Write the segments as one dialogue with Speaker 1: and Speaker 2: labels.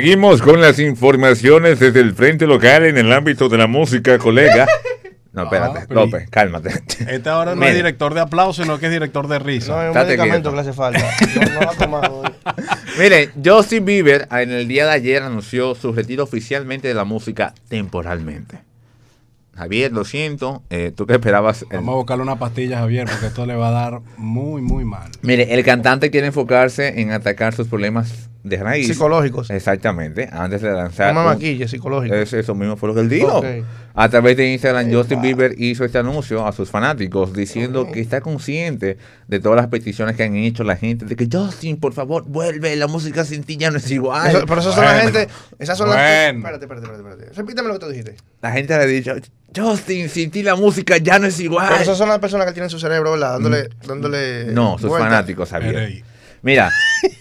Speaker 1: Seguimos con las informaciones desde el frente local en el ámbito de la música, colega. No, espérate,
Speaker 2: pero-
Speaker 1: López, cálmate.
Speaker 2: Este ahora no
Speaker 1: Mira.
Speaker 2: es director de aplauso, sino que es director de
Speaker 3: No,
Speaker 2: risa.
Speaker 3: es un
Speaker 1: Estate quieto.
Speaker 3: medicamento que le hace falta. No, no lo ha tomado. hoy.
Speaker 1: Miren, Justin Bieber en el día de ayer anunció su retiro oficialmente de la música temporalmente. Javier, lo siento, eh, tú que esperabas. el-
Speaker 2: Vamos a buscarle una pastilla a Javier porque esto le va a dar muy, muy mal.
Speaker 1: Mire, el cantante quiere enfocarse en atacar sus problemas de raíz.
Speaker 3: Psicológicos.
Speaker 1: Exactamente, antes de lanzar.
Speaker 3: Un
Speaker 1: un-
Speaker 3: mamaquilla psicológico.
Speaker 1: Es- eso mismo fue lo que él dijo.
Speaker 3: Ok.
Speaker 1: A través de Instagram, Justin Bieber hizo este anuncio a sus fanáticos diciendo que está consciente de todas las peticiones que han hecho la gente de que Justin, por favor, vuelve, la música sin ti ya no es igual.
Speaker 3: Eso- pero esas son la
Speaker 2: bueno.
Speaker 3: gente. Esas son las.
Speaker 2: Bueno.
Speaker 3: Espérate, espérate, espérate, espérate. Repítame lo que tú dijiste.
Speaker 1: La gente le ha dicho, Justin, sin ti la música ya no es igual.
Speaker 3: Pero esas son las personas que tienen su cerebro, ¿verdad? Dándole. dándole
Speaker 1: Mm. No, sus
Speaker 3: vueltas.
Speaker 1: fanáticos, Javier.
Speaker 2: Ey.
Speaker 1: Mira,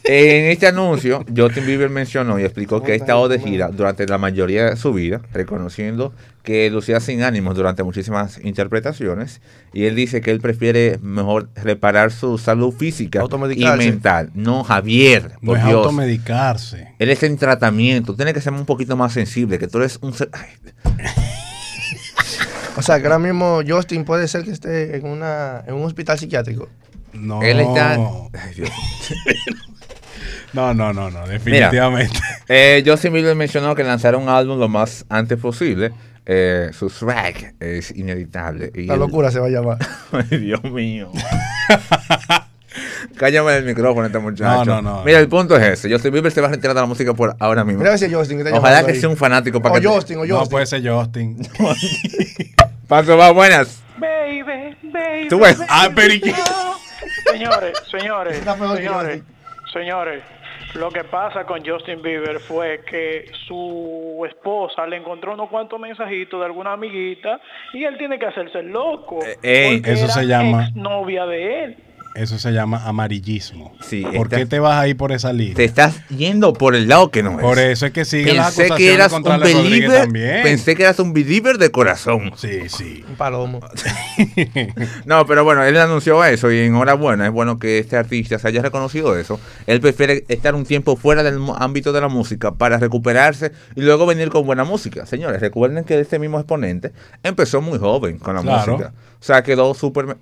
Speaker 1: en este anuncio, Justin Bieber mencionó y explicó que ha estado de gira durante la mayoría de su vida, reconociendo que lucía sin ánimos durante muchísimas interpretaciones. Y él dice que él prefiere mejor reparar su salud física y
Speaker 3: Automedicarse.
Speaker 1: mental. No, Javier,
Speaker 2: No
Speaker 1: por
Speaker 2: es
Speaker 1: Dios.
Speaker 2: automedicarse.
Speaker 1: Él está en tratamiento, tiene que ser un poquito más sensible, que tú eres un... ser- Ay,
Speaker 3: O sea, que ahora mismo Justin puede ser que esté en, una, en un hospital psiquiátrico.
Speaker 2: No.
Speaker 1: Él está...
Speaker 3: Oh.
Speaker 1: Ay, Dios.
Speaker 2: No, no, no, no, definitivamente.
Speaker 1: Eh, Justin Bieber mencionó que lanzará un álbum lo más antes posible. Eh, su swag es inevitable. Y
Speaker 3: La
Speaker 1: él-
Speaker 3: locura se va a llamar.
Speaker 1: Ay, Dios mío. Cállame el micrófono este muchacho.
Speaker 2: No, no, no.
Speaker 1: Mira, el punto es ese. Justin Bieber se va a retirar de la música por ahora mismo.
Speaker 3: Mira a ver si es Justin que está
Speaker 1: Ojalá
Speaker 3: llamando
Speaker 1: que
Speaker 3: ahí.
Speaker 1: sea un fanático para
Speaker 3: O
Speaker 1: que... te-
Speaker 3: Justin, o Justin.
Speaker 2: No puede ser Justin.
Speaker 1: Paso va, buenas.
Speaker 4: Baby, baby.
Speaker 1: Tú ves.
Speaker 2: Ah, pero ¿y qué?
Speaker 4: no. Señores, señores,
Speaker 3: Está peor que
Speaker 4: señores, señores. Lo que pasa con Justin Bieber fue que su esposa le encontró unos cuantos mensajitos de alguna amiguita y él tiene que hacerse el loco.
Speaker 1: Eh, ey,
Speaker 4: porque
Speaker 2: eso se
Speaker 4: era
Speaker 2: llama-
Speaker 4: Exnovia de él.
Speaker 2: Eso se llama amarillismo.
Speaker 1: Sí,
Speaker 2: ¿Por
Speaker 1: esta-
Speaker 2: qué te vas ahí por esa
Speaker 1: Te
Speaker 2: línea?
Speaker 1: estás yendo por el lado que no es.
Speaker 2: Por eso es que sigue las
Speaker 1: Pensé
Speaker 2: acusaciones
Speaker 1: que eras un
Speaker 2: contra Alex Rodríguez
Speaker 1: believer.
Speaker 2: también.
Speaker 1: Pensé que eras un believer de corazón.
Speaker 2: Sí, sí.
Speaker 3: Un palomo.
Speaker 1: No, pero bueno, él anunció eso y enhorabuena, es bueno que este artista se haya reconocido eso. Él prefiere estar un tiempo fuera del mu- ámbito de la música para recuperarse y luego venir con buena música. Señores, recuerden que este mismo exponente empezó muy joven con la
Speaker 2: Claro.
Speaker 1: música. O sea, quedó súper...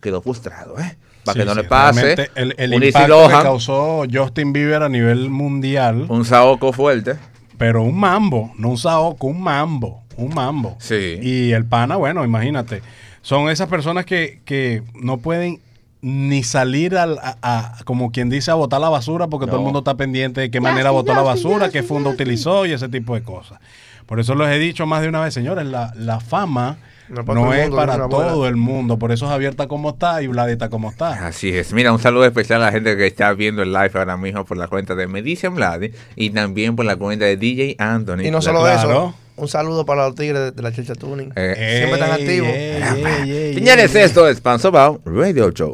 Speaker 1: quedó frustrado, ¿eh? Para que
Speaker 2: Sí,
Speaker 1: no le
Speaker 2: sí,
Speaker 1: pase.
Speaker 2: realmente El, el
Speaker 1: un Lindsay
Speaker 2: impacto que
Speaker 1: Lohan,
Speaker 2: causó Justin Bieber a nivel mundial,
Speaker 1: un saoco fuerte.
Speaker 2: pero un mambo, no un saoco, un mambo, un mambo.
Speaker 1: Sí.
Speaker 2: Y el pana, bueno, imagínate, son esas personas que, que no pueden ni salir al, a, a- como quien dice, a botar la basura porque todo
Speaker 1: No.
Speaker 2: el mundo está pendiente de qué manera botó la basura, qué funda utilizó y ese tipo de cosas. Por eso les he dicho más de una vez, señores, la, la fama
Speaker 3: No
Speaker 2: no,
Speaker 3: es
Speaker 2: es para
Speaker 3: para todo el mundo, no es una
Speaker 2: todo
Speaker 3: buena.
Speaker 2: el mundo. Por eso Javier está como está y Vlad está como está.
Speaker 1: Así es. Mira, un saludo especial a la gente que está viendo el live ahora mismo por la cuenta de Me Dicen Vladi y también por la cuenta de DJ Anthony.
Speaker 3: Y no
Speaker 1: La-
Speaker 3: solo
Speaker 2: Claro.
Speaker 3: eso. Un saludo para los tigres de, de la Churcha Tuning.
Speaker 1: Eh,
Speaker 3: Siempre tan activo.
Speaker 2: ey, ey, ey, ey.
Speaker 1: Señores, esto es Panzobao Radio Show.